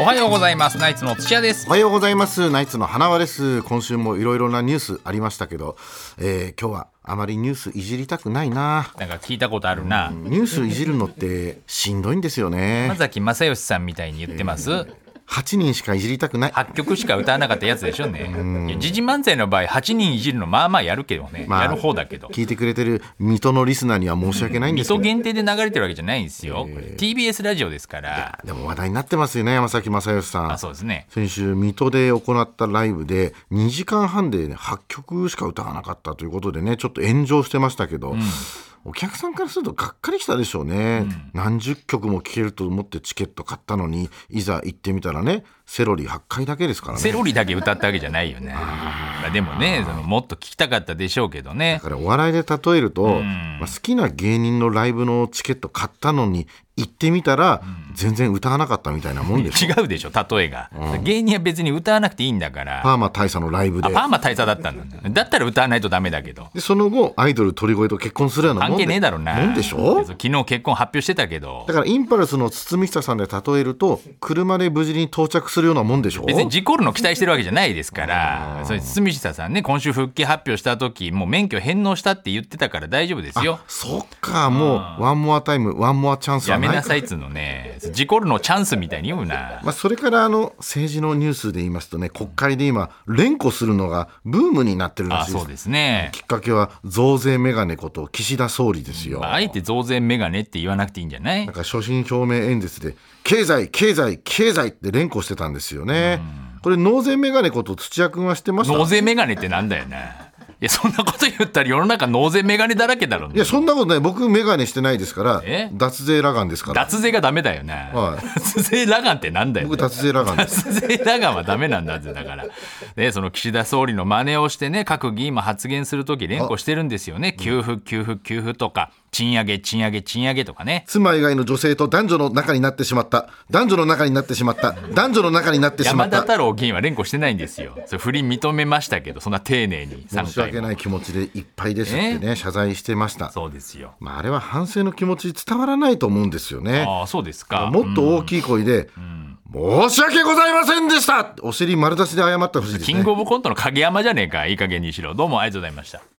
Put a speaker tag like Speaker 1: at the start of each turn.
Speaker 1: おはようございますナイツの土屋です
Speaker 2: おはようございますナイツの花輪です今週もいろいろなニュースありましたけど、えー今日はあまりニュースいじりたくないな
Speaker 1: なんか聞いたことあるな
Speaker 2: ニュースいじるのってしんどいんですよね
Speaker 1: 山崎正義さんみたいに言ってます、
Speaker 2: 8人しかいじりたくない
Speaker 1: 8曲しか歌わなかったやつでしょねいや時事漫才の場合8人いじるのまあまあやるけどね、
Speaker 2: まあ
Speaker 1: やる方だけど
Speaker 2: 聞いてくれてる水戸のリスナーには申し訳ないんで
Speaker 1: 味
Speaker 2: すけ
Speaker 1: 噌
Speaker 2: ど
Speaker 1: 限定で流れてるわけじゃないんですよ、これ TBS ラジオですから
Speaker 2: でも話題になってますよね山崎正義さん
Speaker 1: あそうですね
Speaker 2: 先週水戸で行ったライブで2時間半で、ね、8曲しか歌わなかったということでねちょっと炎上してましたけど、お客さんからするとがっかりしたでしょうね、何十曲も聴けると思ってチケット買ったのにいざ行ってみたらねセロリ8回だけですから
Speaker 1: セ
Speaker 2: ね
Speaker 1: ロリだけ歌ったわけじゃないよねまあでもねそのもっと聞きたかったでしょうけどね
Speaker 2: だからお笑いで例えると、まあ、好きな芸人のライブのチケット買ったのに行ってみたら全然歌わなかったみたいなもんです、
Speaker 1: 違うでしょ例えが、芸人は別に歌わなくていいんだから
Speaker 2: パーマ大佐のライブで
Speaker 1: あパーマ大佐だったんだねだったら歌わないとダメだけど
Speaker 2: でその後アイドル鳥越と結婚するような
Speaker 1: 関
Speaker 2: もんで
Speaker 1: 係ねえだろうな
Speaker 2: もんでしょ
Speaker 1: 昨日結婚発表してたけど
Speaker 2: だからインパルスの堤下さんで例えると車で無事に到着するようなもんでしょ
Speaker 1: 別に事故るの期待してるわけじゃないですからそれ堤下さんね今週復帰発表した時もう免許返納したって言ってたから大丈夫ですよ
Speaker 2: そっかもうワンモアタイムワンモアチャンス
Speaker 1: や
Speaker 2: は
Speaker 1: め
Speaker 2: ない
Speaker 1: なさいっつうのね事故るのチャンスみたいに言うな
Speaker 2: まあ、それからあの政治のニュースで言いますとね国会で今連呼するのがブームになってるら
Speaker 1: あ
Speaker 2: しいで
Speaker 1: そう
Speaker 2: す
Speaker 1: ですね
Speaker 2: きっかけは増税メガネこと岸田総理ですよ、
Speaker 1: まああえて増税メガネって言わなくていいんじゃない
Speaker 2: なんか所信表明演説で経済経済経済って連呼してたんですよねこれ納税メガネこと土屋君は知ってました
Speaker 1: 納税メガネってなんだよねいやそんなこと言ったら世の中納税メガネだらけだろう
Speaker 2: いやそんなことない僕メガネしてないですから
Speaker 1: え
Speaker 2: 脱税裸眼ですから
Speaker 1: 脱税がダメだよね
Speaker 2: は
Speaker 1: 脱税ラガンってなんだよね
Speaker 2: 僕脱税裸眼です
Speaker 1: 脱税ラガンはダメなんだってだから、ね、その岸田総理の真似をしてね各議員も発言するとき連呼してるんですよね給付給付給付とか賃上げ賃上げ賃上げとかね
Speaker 2: 妻以外の女性と男女の中になってしまった男女の中になってしまった男女の中になってし
Speaker 1: 山
Speaker 2: まっ
Speaker 1: 田
Speaker 2: た
Speaker 1: 太郎議員は連呼してないんです よそれ不倫認めましたけどそんな丁寧に
Speaker 2: 申
Speaker 1: 3
Speaker 2: し
Speaker 1: 回
Speaker 2: 訳
Speaker 1: も
Speaker 2: ない気持ちでいっぱいですってね謝罪してました、
Speaker 1: そうですよ
Speaker 2: まあ、あれは反省の気持ち伝わらないと思うんですよね
Speaker 1: ああそうですか
Speaker 2: もっと大きい声で「申し訳ございませんでした!」お尻丸出しで謝ってほしいです
Speaker 1: キ
Speaker 2: ね
Speaker 1: ングオブコントの影山じゃねえかいい加減にしろどうもありがとうございました